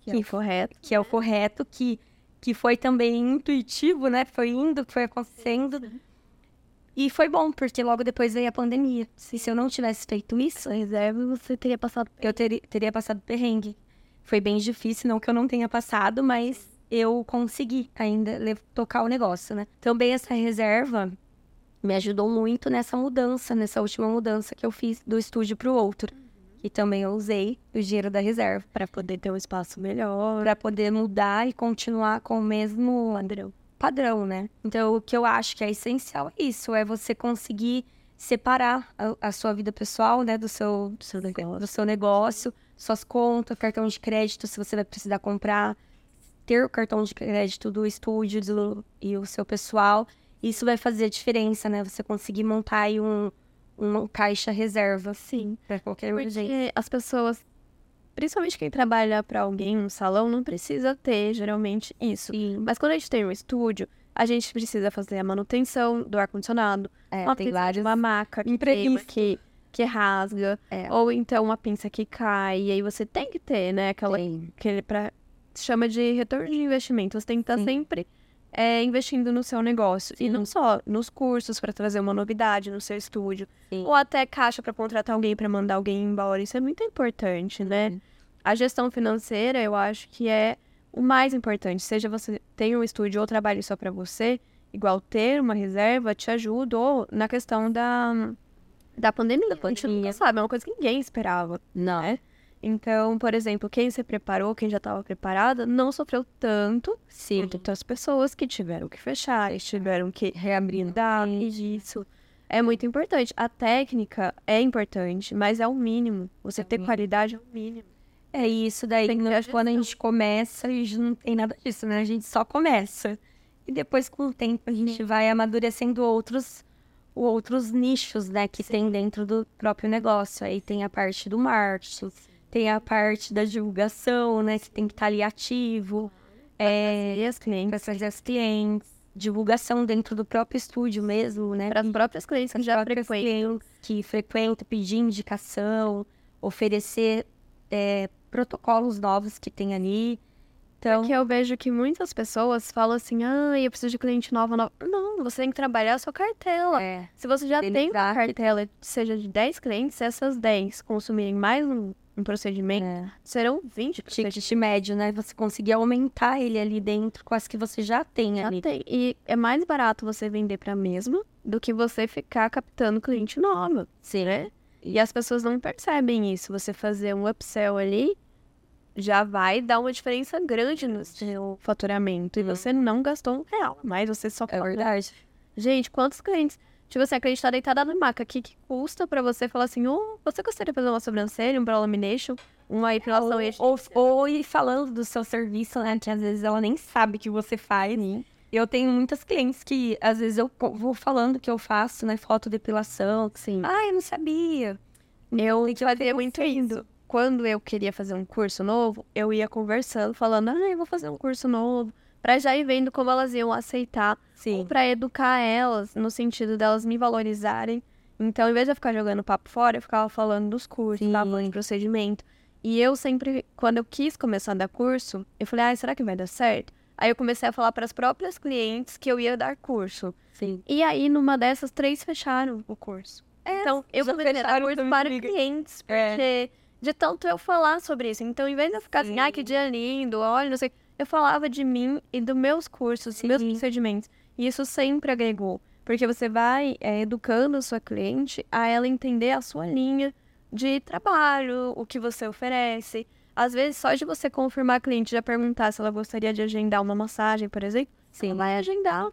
A: Que, é o correto.
B: Que é o correto, que, que foi também intuitivo, né? Foi indo, foi acontecendo. E foi bom, porque logo depois veio a pandemia. Se, se eu não tivesse feito isso,
A: A reserva você teria passado.
B: eu teria, teria passado perrengue. Foi bem difícil, não que eu não tenha passado, mas eu consegui ainda le- tocar o negócio, né? Também essa reserva me ajudou muito nessa mudança, nessa última mudança que eu fiz do estúdio pro outro. E também eu usei o dinheiro da reserva
A: Para poder ter um espaço melhor.
B: para poder mudar e continuar com o mesmo
A: Padrão.
B: padrão, né? Então, o que eu acho que é essencial é isso, é você conseguir separar a, a sua vida pessoal, né, do seu,
A: Do seu negócio.
B: do seu negócio, suas contas, cartão de crédito, se você vai precisar comprar, ter o cartão de crédito do estúdio do- e o seu pessoal, isso vai fazer a diferença, né? Você conseguir montar aí um, uma caixa reserva
A: Sim.
B: para qualquer emergência.
A: Porque as pessoas, principalmente quem trabalha para alguém, um salão, não precisa ter geralmente isso.
B: Sim,
A: Mas quando a gente tem um estúdio, a gente precisa fazer a manutenção do ar-condicionado,
B: é,
A: uma pinça
B: tem
A: de
B: vários
A: uma maca que,
B: imprevistos.
A: queima, que, que rasga,
B: É.
A: ou então uma pinça que cai, e aí você tem que ter, né, aquela
B: Tem.
A: que ele pra, chama de retorno de investimento. Você tem que estar
B: Sim.
A: sempre é, investindo no seu negócio. E não só nos cursos para trazer uma novidade no seu estúdio.
B: Sim.
A: Ou até caixa para contratar alguém para mandar alguém embora. Isso é muito importante, né? A gestão financeira, eu acho que é o mais importante. Seja você tem um estúdio ou trabalhe só para você, igual ter uma reserva te ajuda. Ou na questão da, da pandemia. Da A gente
B: pandemia.
A: não sabe, é uma coisa que ninguém esperava. né?
B: Não,
A: Então, por exemplo, quem se preparou, quem já estava preparada, não sofreu tanto
B: sim,
A: quanto as pessoas que tiveram que fechar, que tiveram que
B: reabrindo.
A: dar e isso. É muito importante. A técnica é importante, mas é o mínimo. Você
B: É o
A: ter
B: mínimo.
A: qualidade é o mínimo.
B: É isso, daí
A: Tem que
B: no-
A: ter a
B: quando a
A: gestão.
B: gente começa, a gente não tem nada disso, né? A gente só começa. E depois, com o tempo, a gente vai amadurecendo outros, outros nichos, né? Que tem dentro do próprio negócio. Aí tem a parte do marketing, tem a parte da divulgação, né? Que tem que estar ali ativo. É,
A: E as clientes, né? Então,
B: para trazer as clientes, divulgação dentro do próprio estúdio mesmo, né?
A: para as próprias clientes que
B: As
A: já
B: próprias
A: frequentam.
B: clientes que frequentam, pedir indicação, oferecer é, protocolos novos que tem ali. Então,
A: Que eu vejo que muitas pessoas falam assim, ah, eu preciso de cliente nova, nova. Não, você tem que trabalhar a sua cartela.
B: é,
A: Se você já tem uma
B: Delimitar que-
A: cartela, seja de 10 clientes, se essas 10 consumirem mais um, um procedimento,
B: é,
A: serão 20 procedimentos.
B: ticket médio, né? Você conseguir aumentar ele ali dentro com as que você já tem ali.
A: Até- E é mais barato você vender pra mesma do que você ficar captando cliente nova.
B: Sim.
A: né? E as pessoas não percebem isso. Você fazer um upsell ali já vai dar uma diferença grande no seu faturamento. E
B: Uhum.
A: você não gastou um real, mas você só
B: É
A: paga.
B: verdade.
A: Gente, quantos clientes? Tipo assim, a cliente tá deitada na maca. O que, que custa pra você falar assim, oh, você gostaria de fazer uma sobrancelha, um brow lamination, um uma
B: É, Ou,
A: epilação extra?
B: ou, ou ir falando do seu serviço, né? Que às vezes ela nem sabe que você faz. Eu tenho muitas clientes que, às vezes, eu co- vou falando que eu faço, né? Fotodepilação.
A: Sim.
B: Ah, eu não sabia.
A: Eu
B: Tem que fazer
A: fazia muito
B: consenso.
A: isso. Quando eu queria fazer um curso novo, eu ia conversando, falando, ah, eu vou fazer um curso novo, pra já ir vendo como elas iam aceitar, ou
B: Sim.
A: pra educar elas, no sentido delas me valorizarem. Então, em vez de eu ficar jogando papo fora, eu ficava falando dos cursos,
B: Sim.
A: falando de procedimento. E eu sempre, quando eu quis começar a dar curso, eu falei, ah, será que vai dar certo? Aí eu comecei a falar para as próprias clientes que eu ia dar curso.
B: Sim.
A: E aí, numa dessas, três fecharam o curso. Então, eu
B: É, já
A: comecei a dar
B: fecharam
A: curso
B: também
A: para
B: comigo.
A: clientes, porque
B: É.
A: de tanto eu falar sobre isso. Então, em vez de eu ficar assim,
B: Sim.
A: ai, que dia lindo, olha, não sei. Eu falava de mim e dos meus cursos, dos meus
B: Sim.
A: procedimentos. E isso sempre agregou. Porque você vai é, educando a sua cliente a ela entender a sua linha de trabalho, o que você oferece. Às vezes, só de você confirmar a cliente, já perguntar se ela gostaria de agendar uma massagem, por exemplo,
B: Sim.
A: ela vai agendar.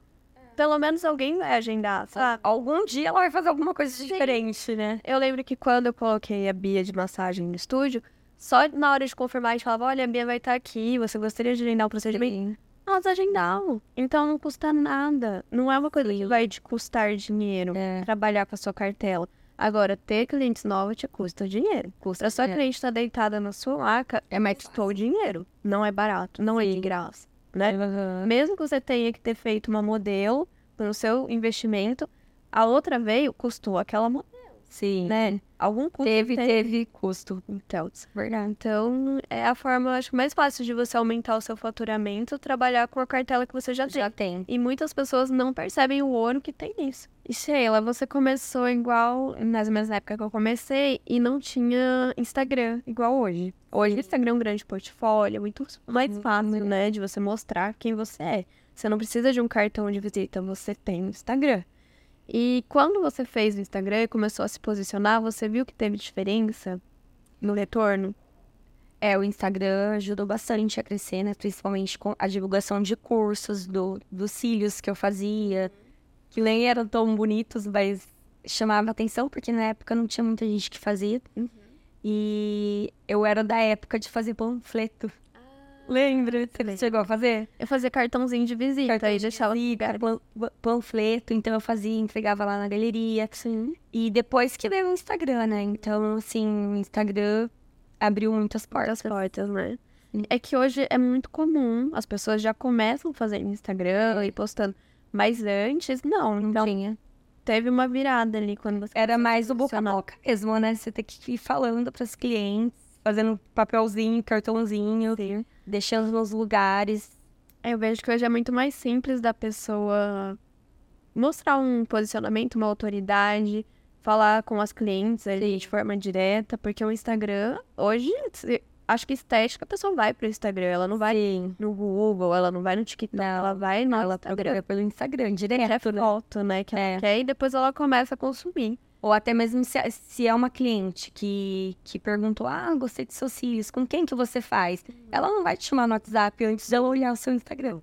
A: Pelo menos alguém vai agendar, sabe?
B: Algum dia ela vai fazer alguma coisa diferente, né?
A: Eu lembro que quando eu coloquei a Bia de massagem no tá estúdio, só na hora de confirmar, a gente falava, olha, a Bia vai estar aqui, você gostaria de agendar o procedimento? elas agendavam. Então não custa nada. Não é uma coisa que vai te custar dinheiro né?
B: É.
A: trabalhar com a sua cartela. Agora, ter clientes novos te custa dinheiro. Custa. A sua
B: É.
A: cliente tá deitada na sua maca, é mais custou o dinheiro. Não é barato, não é de graça, né? Mesmo que você tenha que ter feito uma modelo para o seu investimento, a outra veio, custou aquela modelo,
B: Sim.
A: né? Algum custo
B: Teve,
A: tem.
B: teve custo.
A: Então,
B: Verdade.
A: então, é a forma, eu acho, mais fácil de você aumentar o seu faturamento, trabalhar com a cartela que você já tem.
B: Já tem.
A: E muitas pessoas não percebem o ouro que tem nisso. E Sheila, você começou igual, mais ou menos na época que eu comecei, e não tinha Instagram igual hoje. Hoje o Instagram é um grande portfólio, é muito mais
B: Muito
A: fácil, né, de você mostrar quem você é. Você não precisa de um cartão de visita, você tem o Instagram. E quando você fez o Instagram e começou a se posicionar, você viu que teve diferença no retorno?
B: É, o Instagram ajudou bastante a crescer, né? Principalmente com a divulgação de cursos, do, dos cílios que eu fazia, que nem eram tão bonitos, mas chamava atenção, porque na época não tinha muita gente que fazia.
A: Uhum.
B: E eu era da época de fazer panfleto.
A: Ah, Lembra?
B: Você chegou a fazer?
A: Eu fazia cartãozinho de visita
B: Cartão
A: e
B: de
A: deixava
B: visita, pan- pan- panfleto, então eu fazia, entregava lá na galeria.
A: Sim.
B: E depois que veio o Instagram, né? Então, assim, o Instagram abriu muitas portas.
A: as portas, né?
B: Sim.
A: É que hoje é muito comum, as pessoas já começam fazendo Instagram e postando, mas antes não.
B: Não
A: Então
B: tinha.
A: teve uma virada ali quando você
B: Era mais o boca a
A: profissional.
B: boca mesmo, né? Você tem que ir falando pras clientes, fazendo papelzinho, cartãozinho,
A: Sim.
B: deixando nos lugares.
A: Eu vejo que hoje é muito mais simples da pessoa mostrar um posicionamento, uma autoridade, falar com as clientes ali de forma direta, porque o Instagram hoje se- acho que estética a pessoa vai pro Instagram, ela não vai
B: Sim.
A: no Google, ela não vai no TikTok,
B: Não,
A: ela vai no
B: Ela tá
A: Instagram.
B: procura pelo Instagram
A: quer
B: direto, né?
A: foto, né? Que
B: É.
A: ela quer e depois ela começa a consumir.
B: Ou até mesmo se, se é uma cliente que, que perguntou, ah, gostei de seus cílios, com quem que você faz? Ela não vai te chamar no WhatsApp antes de ela olhar o seu Instagram.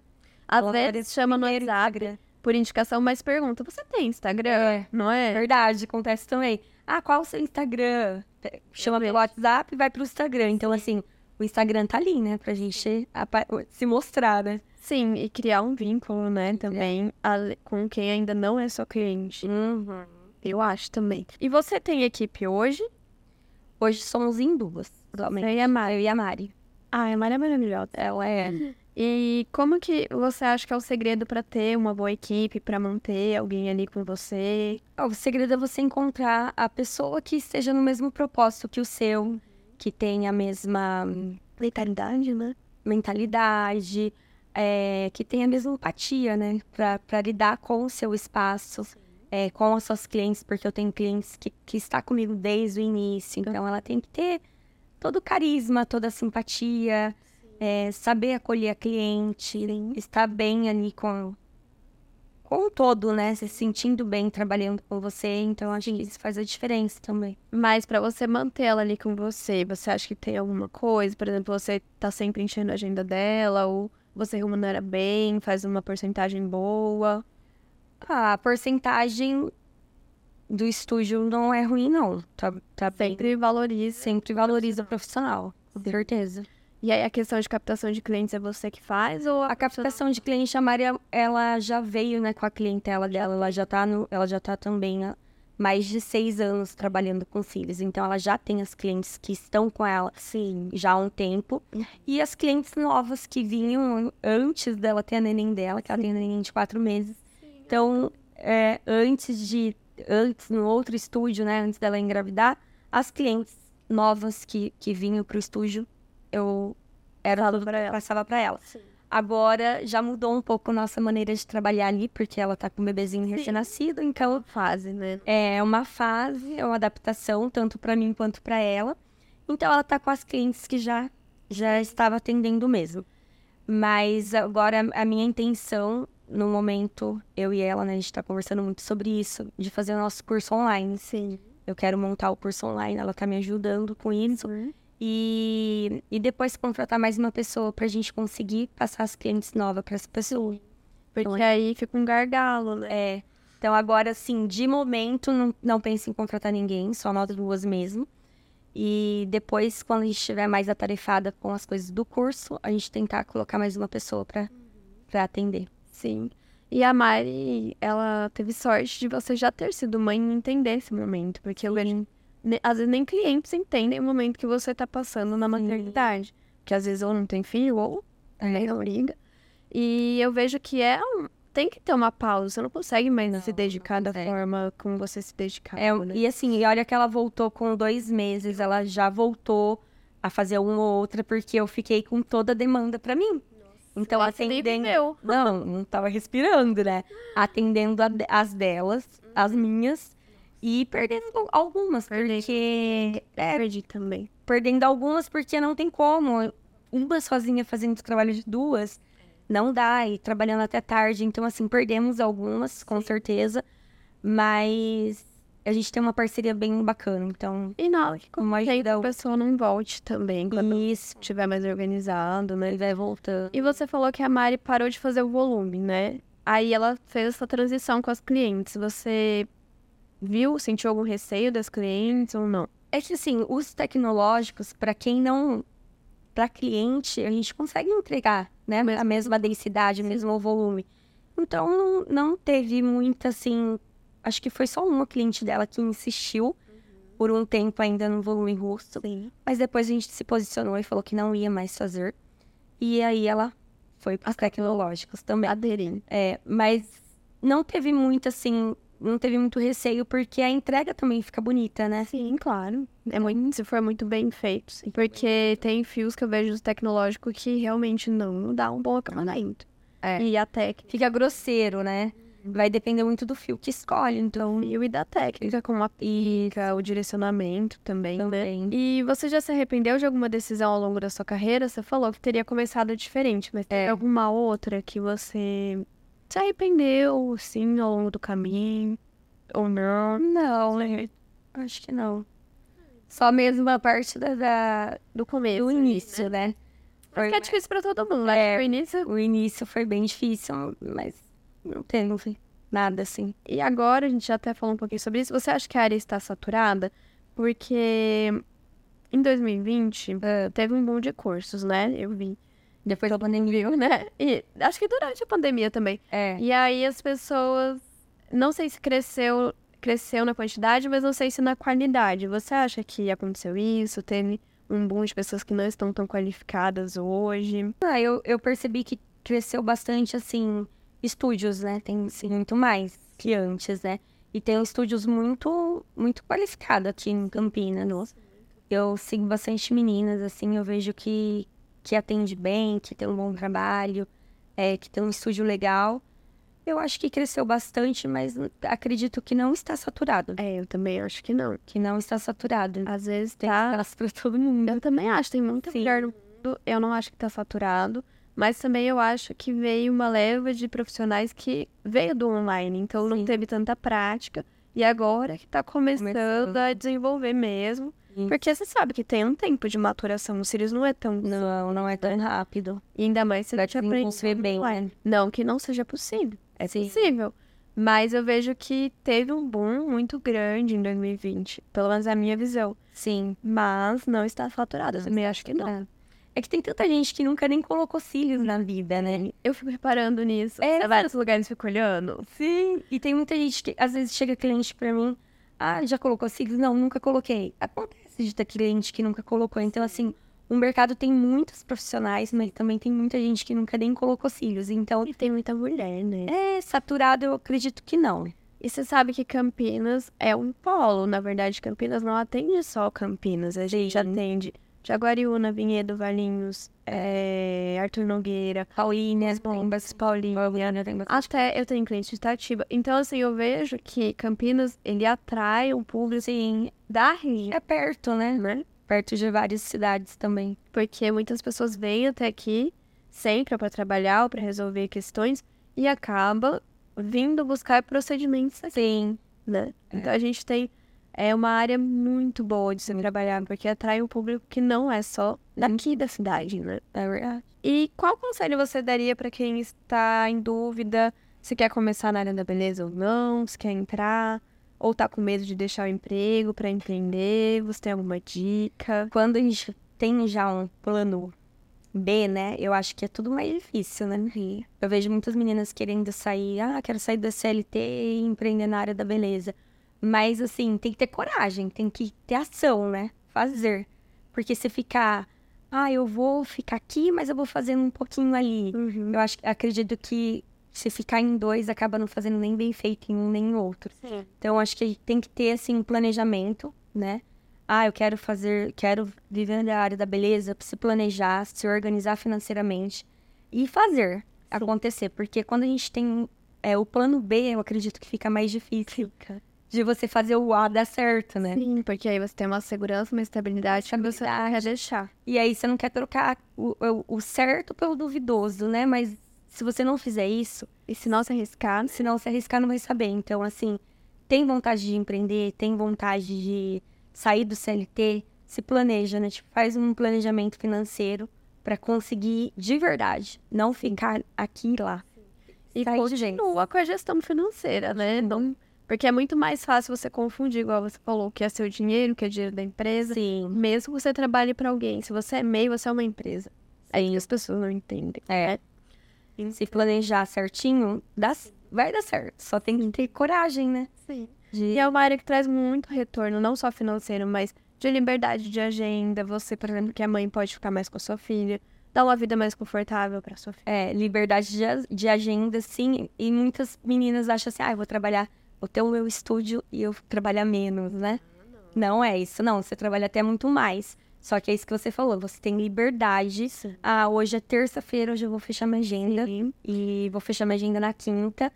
A: Às
B: Ela
A: vezes
B: aparece
A: chama no
B: primeiro
A: WhatsApp por indicação, mas pergunta: você tem Instagram?
B: É,
A: Não é?
B: verdade, acontece também. Ah, qual o seu Instagram? Pe- Chama pelo WhatsApp e vai pro Instagram. Então, assim, o Instagram tá ali, né? Pra gente apa- se mostrar, né?
A: Sim, e criar um vínculo,
B: é.
A: né? Também ale- com quem ainda não é sua cliente. Eu acho também. E você tem equipe hoje?
B: Hoje somos em duas. somente.
A: Você e a Mari.
B: Eu e a Mari.
A: Ah, a Mari é maravilhosa.
B: Ela é.
A: E como que você acha que é o segredo pra ter uma boa equipe, pra manter alguém ali com você?
B: Ah, O segredo é você encontrar a pessoa que esteja no mesmo propósito que o seu, que tenha a mesma
A: Vitalidade, né?
B: mentalidade, é, que tenha a mesma empatia, né? Para lidar com o seu espaço, é, com as suas clientes, porque eu tenho clientes que, que está comigo desde o início, então ela tem que ter todo o carisma, toda a simpatia, é, saber acolher a cliente, estar bem ali com com o todo, né? Se sentindo bem trabalhando com você, então acho que isso faz a diferença também.
A: Mas pra você manter ela ali com você, você acha que tem alguma coisa? Por exemplo, você tá sempre enchendo a agenda dela, ou você remunera bem, faz uma porcentagem boa.
B: Ah, A porcentagem do estúdio não é ruim, não. Tá, tá bem.
A: Sempre né? valoriza.
B: Sempre valoriza o profissional, com certeza.
A: E aí a questão de captação de clientes é você que faz, ou
B: A captação de cliente, a Maria, ela já veio, né, com a clientela dela, ela já tá, no, ela já tá também há mais de seis anos trabalhando com cílios, então ela já tem as clientes que estão com ela
A: Sim.
B: já há um tempo, e as clientes novas que vinham antes dela ter a neném dela, que ela tem a neném de quatro meses, então, é, antes de, antes, no outro estúdio, né, antes dela engravidar, as clientes novas que, que vinham pro estúdio, eu era tudo
A: pra
B: que eu
A: ela.
B: passava pra ela.
A: Sim.
B: Agora já mudou um pouco nossa maneira de trabalhar ali, porque ela tá com um bebezinho recém-nascido, então
A: Fase, né?
B: é uma fase, é uma adaptação, tanto pra mim quanto pra ela. Então ela tá com as clientes que já já estava atendendo mesmo. Mas agora a minha intenção no momento, eu e ela, né, a gente tá conversando muito sobre isso, de fazer o nosso curso online.
A: Sim.
B: Eu quero montar o curso online, ela tá me ajudando com isso. E, e depois contratar mais uma pessoa pra gente conseguir passar as clientes novas pra essa pessoa.
A: Porque aí fica um gargalo, né?
B: É. Então agora, assim, de momento, não, não penso em contratar ninguém, só nós duas mesmo. E depois, quando a gente estiver mais atarefada com as coisas do curso, a gente tentar colocar mais uma pessoa pra para atender.
A: Sim. E a Mari, ela teve sorte de você já ter sido mãe e entender esse momento, porque eu vejo, ne- às vezes nem clientes entendem o momento que você tá passando na maternidade, que às vezes ou não tem filho ou né, não liga. E eu vejo que é um- tem que ter uma pausa, você não consegue mais
B: Não,
A: se dedicar da
B: não consegue.
A: forma como você se dedicava,
B: É,
A: né?
B: E assim, e olha que ela voltou com dois meses, ela já voltou a fazer uma ou outra, porque eu fiquei com toda a demanda para mim. então,
A: Ela nem
B: atendendo.
A: viveu.
B: Não, não tava respirando, né? Atendendo a de- as delas, as minhas, e perdendo al- algumas, porque. É,
A: Perdi também.
B: perdendo algumas porque não tem como. Uma sozinha fazendo o trabalho de duas, não dá, e trabalhando até tarde. Então, assim, perdemos algumas, com certeza, mas a gente tem uma parceria bem bacana. Então,
A: E não, que
B: Uma ajuda
A: a
B: o-
A: pessoa não volte também, quando
B: isso,
A: estiver mais organizado, né?
B: ele vai voltando.
A: E você falou que a Mari parou de fazer o volume, né? Aí ela fez essa transição com as clientes. Você viu, sentiu algum receio das clientes ou não?
B: É que assim, os tecnológicos, para quem não. Para cliente, a gente consegue entregar, né? A mesma densidade, o mesmo volume. Então, não, não teve muita, assim. Acho que foi só uma cliente dela que insistiu por um tempo ainda no volume russo.
A: Sim.
B: Mas depois a gente se posicionou e falou que não ia mais fazer. E aí ela foi para os tecnológicos também.
A: Aderindo.
B: É, mas não teve muito, assim. Não teve muito receio, porque a entrega também fica bonita, né?
A: Sim, claro. É muito, se for muito bem feito. sim. Porque tem fios que eu vejo do tecnológico que realmente não dá um bom acabamento.
B: É.
A: E a técnica.
B: fica grosseiro, né? Vai depender muito do fio que escolhe, então.
A: Fio Uhum. e da técnica, como a
B: E
A: pica, o direcionamento também, né?
B: também.
A: E você já se arrependeu de alguma decisão ao longo da sua carreira? Você falou que teria começado diferente, mas tem
B: É.
A: alguma outra que você se arrependeu, sim, ao longo do caminho? Ou não?
B: Não, né? Acho que não. Só mesmo a parte da, da-
A: Do começo.
B: do início, né? Foi-
A: Porque é difícil pra todo mundo, né?
B: É.
A: Acho que O início.
B: O início foi bem difícil, mas não teve nada assim.
A: E agora, a gente já até falou um pouquinho sobre isso. Você acha que a área está saturada? Porque em 2020
B: Ah.
A: teve um boom de cursos, né? Eu vi.
B: Depois da pandemia, né?
A: (laughs) Né? E acho que durante a pandemia também.
B: É.
A: E aí as pessoas, não sei se cresceu, cresceu na quantidade, mas não sei se na qualidade. Você acha que aconteceu isso? Teve um boom de pessoas que não estão tão qualificadas hoje?
B: Ah, eu, eu percebi que cresceu bastante, assim, estúdios, né? Tem assim, muito mais que antes, né? E tem estúdios muito, muito qualificados aqui em Campinas. né? Eu sigo bastante meninas, assim, eu vejo que, que atende bem, que tem um bom trabalho, é, que tem um estúdio legal. Eu acho que cresceu bastante, mas acredito que não está saturado. né?
A: É, eu também acho que não.
B: Que não está saturado.
A: Às vezes
B: Tem
A: tá.
B: espaço para todo mundo.
A: Eu também acho, tem muita
B: Sim.
A: mulher no mundo. Eu não acho que tá saturado. Mas também eu acho que veio uma leva de profissionais que veio do online, então não
B: Sim.
A: teve tanta prática. E agora que tá começando
B: Começando.
A: a desenvolver mesmo.
B: Sim.
A: Porque você sabe que tem um tempo de maturação. O Sirius não é tão
B: Não, não é tão rápido.
A: E ainda mais se
B: Pra
A: a
B: te
A: gente aprende
B: construir bem. né?
A: online. Não que não seja possível. É
B: Sim.
A: possível. Mas eu vejo que teve um boom muito grande em 2020. Pelo menos é a minha visão.
B: Sim.
A: Mas não está faturado. Eu também acho que não.
B: É. É que tem tanta gente que nunca nem colocou cílios na vida, né?
A: Eu fico reparando nisso.
B: É.
A: Você vai nos lugares e fica olhando.
B: Sim. E tem muita gente que às vezes chega cliente pra mim, ah, já colocou cílios? Não, nunca coloquei. Acontece de ter cliente que nunca colocou. Então, assim, o mercado tem muitos profissionais, mas também tem muita gente que nunca nem colocou cílios. Então,
A: E tem muita mulher, né?
B: é saturado, eu acredito que não.
A: E você sabe que Campinas é um polo. Na verdade, Campinas não atende só Campinas. A gente
B: Sim.
A: atende Jaguariúna, Vinhedo, Valinhos, eh, Arthur Nogueira,
B: Paulinha, as
A: Bombas,
B: bombas,
A: Paulinho.
B: Pauliana, tem bastante.
A: Até eu tenho cliente de Itatiba. Então, assim, eu vejo que Campinas, ele atrai um público, assim, da região,
B: É perto, né?
A: né?
B: Perto de várias cidades também.
A: Porque muitas pessoas vêm até aqui sempre para trabalhar ou para resolver questões e acaba vindo buscar procedimentos aqui,
B: Sim.
A: né? Então, a gente tem é uma área muito boa de se trabalhar, porque atrai um público que não é só daqui da cidade, né?
B: É verdade.
A: E qual conselho você daria para quem está em dúvida se quer começar na área da beleza ou não, se quer entrar, ou tá com medo de deixar o emprego para empreender? Você tem alguma dica?
B: quando a gente tem já um plano B, né? Eu acho que é tudo mais difícil, né? Eu vejo muitas meninas querendo sair, ah, quero sair da CLT e empreender na área da beleza. Mas, assim, tem que ter coragem, tem que ter ação, né? Fazer. Porque se ficar, ah, eu vou ficar aqui, mas eu vou fazendo um pouquinho ali. Eu acho, acredito que se ficar em dois, acaba não fazendo nem bem feito em um nem em outro.
A: Sim.
B: Então, acho que tem que ter, assim, um planejamento, né? Ah, eu quero fazer, quero viver na área da beleza, se planejar, se organizar financeiramente e fazer acontecer. Porque quando a gente tem é, o plano B, eu acredito que fica mais difícil de você fazer o A dar certo, né?
A: Sim, porque aí você tem uma segurança, uma estabilidade que você não quer deixar.
B: E aí você não quer trocar o, o- o certo pelo duvidoso, né? Mas se você não fizer isso,
A: E se não se arriscar,
B: se não se arriscar, não vai saber. Então, assim, tem vontade de empreender, tem vontade de sair do CLT, se planeja, né? Tipo, faz um planejamento financeiro pra conseguir de verdade, não ficar aqui e lá.
A: E
B: Sai de
A: continua com a gestão financeira, né? Não- porque é muito mais fácil você confundir, igual você falou, o que é seu dinheiro, o que é dinheiro da empresa.
B: Sim.
A: Mesmo que você trabalhe para alguém, se você é MEI, você é uma empresa. Aí as pessoas não entendem.
B: É. Se planejar certinho, dá, vai dar certo. Só tem que ter coragem, né?
A: Sim.
B: De...
A: E é uma área que traz muito retorno, não só financeiro, mas de liberdade de agenda. Você, por exemplo, que a mãe pode ficar mais com a sua filha, dar uma vida mais confortável para sua filha.
B: É, liberdade de, a- de agenda, sim. E muitas meninas acham assim, ah, eu vou trabalhar, vou ter o meu estúdio e eu vou trabalhar menos, né?
A: Ah,
B: Não é isso, não. Você trabalha até muito mais. Só que é isso que você falou, você tem liberdade.
A: Sim.
B: Ah, hoje é terça-feira, hoje eu vou fechar minha agenda. E vou fechar minha agenda na quinta.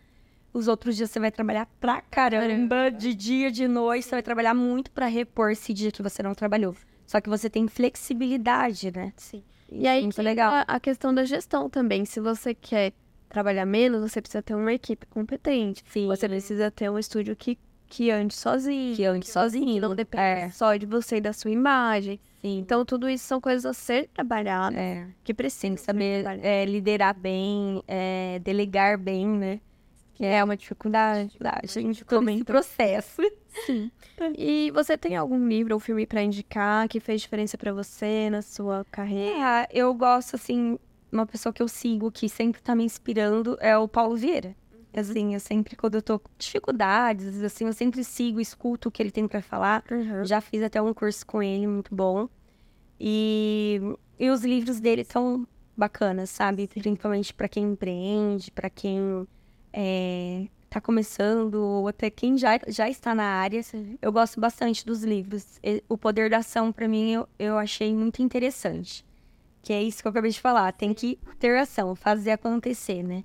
B: Os outros dias você vai trabalhar pra caramba, de dia, de noite. Você vai trabalhar muito pra repor esse dia que você não trabalhou. Só que você tem flexibilidade, né?
A: Sim. E aí,
B: muito
A: que
B: legal.
A: entra A, questão da gestão também. Se você quer trabalhar menos, você precisa ter uma equipe competente.
B: Sim.
A: Você precisa ter um estúdio que, que ande sozinho.
B: que ande sozinho.
A: Não depende
B: É,
A: só de você e da sua imagem.
B: sim.
A: Então, tudo isso são coisas a ser trabalhadas,
B: É,
A: que
B: tem
A: precisam
B: que saber
A: ser
B: é, liderar bem, é, delegar bem, né? Que é uma dificuldade. A gente comenta processo.
A: E você tem algum livro ou filme pra indicar que fez diferença pra você na sua carreira?
B: É, eu gosto, assim, uma pessoa que eu sigo, que sempre tá me inspirando, é o Paulo Vieira. Assim, eu sempre, quando eu tô com dificuldades, assim, eu sempre sigo, escuto o que ele tem pra falar. Já fiz até um curso com ele, muito bom. E, e os livros dele são bacanas, sabe? Principalmente pra quem empreende, pra quem é, tá começando, ou até quem já, já está na área. Eu gosto bastante dos livros. E O Poder da Ação, pra mim, eu, eu achei muito interessante. Que é isso que eu acabei de falar. Tem que ter ação, fazer acontecer, né?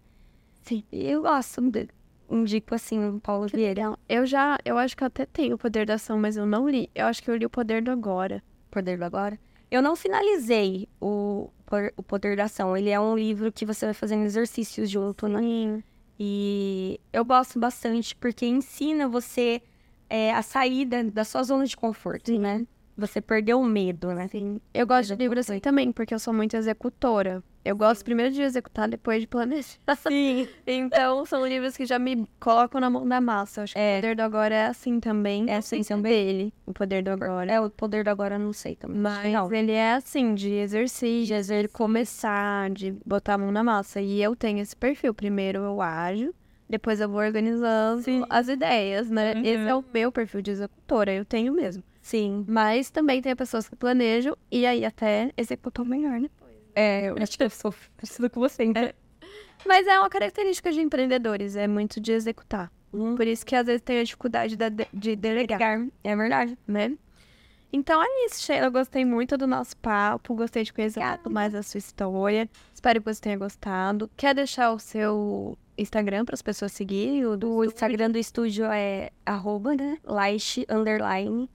A: Sim.
B: E eu gosto, de- indico assim, o Paulo Vieira.
A: Eu já, eu acho que eu até tenho o poder da ação, mas eu não li. Eu acho que eu li o poder do agora.
B: Poder do Agora. Eu não finalizei o, Por- o Poder da Ação. Ele é um livro que você vai fazendo exercícios junto, né? E eu gosto bastante porque ensina você é, a sair da, da sua zona de conforto, né? Você perdeu o medo, né?
A: Sim. Eu gosto de
B: Executor.
A: livro assim também, porque eu sou muito executora. Eu gosto primeiro de executar, depois de planejar.
B: (laughs) Sim.
A: Então, são livros que já me colocam na mão da massa. Eu acho que o poder do agora é assim também.
B: É assim também. Ele.
A: O poder do agora.
B: É, o Poder do Agora eu não sei também.
A: Mas
B: Não.
A: ele é assim, de exercício, de começar, de botar a mão na massa. E eu tenho esse perfil. Primeiro eu ajo, depois eu vou organizando as ideias, né?
B: Uhum.
A: Esse é o meu perfil de executora, eu tenho mesmo.
B: Sim.
A: Mas também tem pessoas que planejam e aí até executam melhor, né?
B: É, eu acho que eu sou parecido com você, então.
A: Mas é uma característica de empreendedores, é muito de executar.
B: Hum.
A: Por isso que às vezes tem a dificuldade da de, de delegar.
B: É verdade.
A: né? Então é isso, Sheila. Eu gostei muito do nosso papo, gostei de conhecer um pouco mais a sua história. Espero que você tenha gostado. Quer deixar o seu Instagram para as pessoas seguirem? O do
B: O Instagram do estúdio é arroba, né? Light, underline,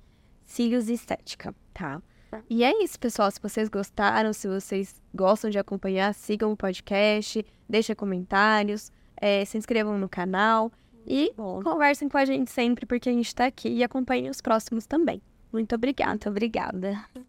B: cílios e estética.
A: Tá. E é isso, pessoal. Se vocês gostaram, se vocês gostam de acompanhar, sigam o podcast, deixem comentários, eh, se inscrevam no canal e
B: Bom,
A: conversem tá com a gente sempre, porque a gente está aqui e acompanhem os próximos também. Muito obrigada.
B: muito obrigada.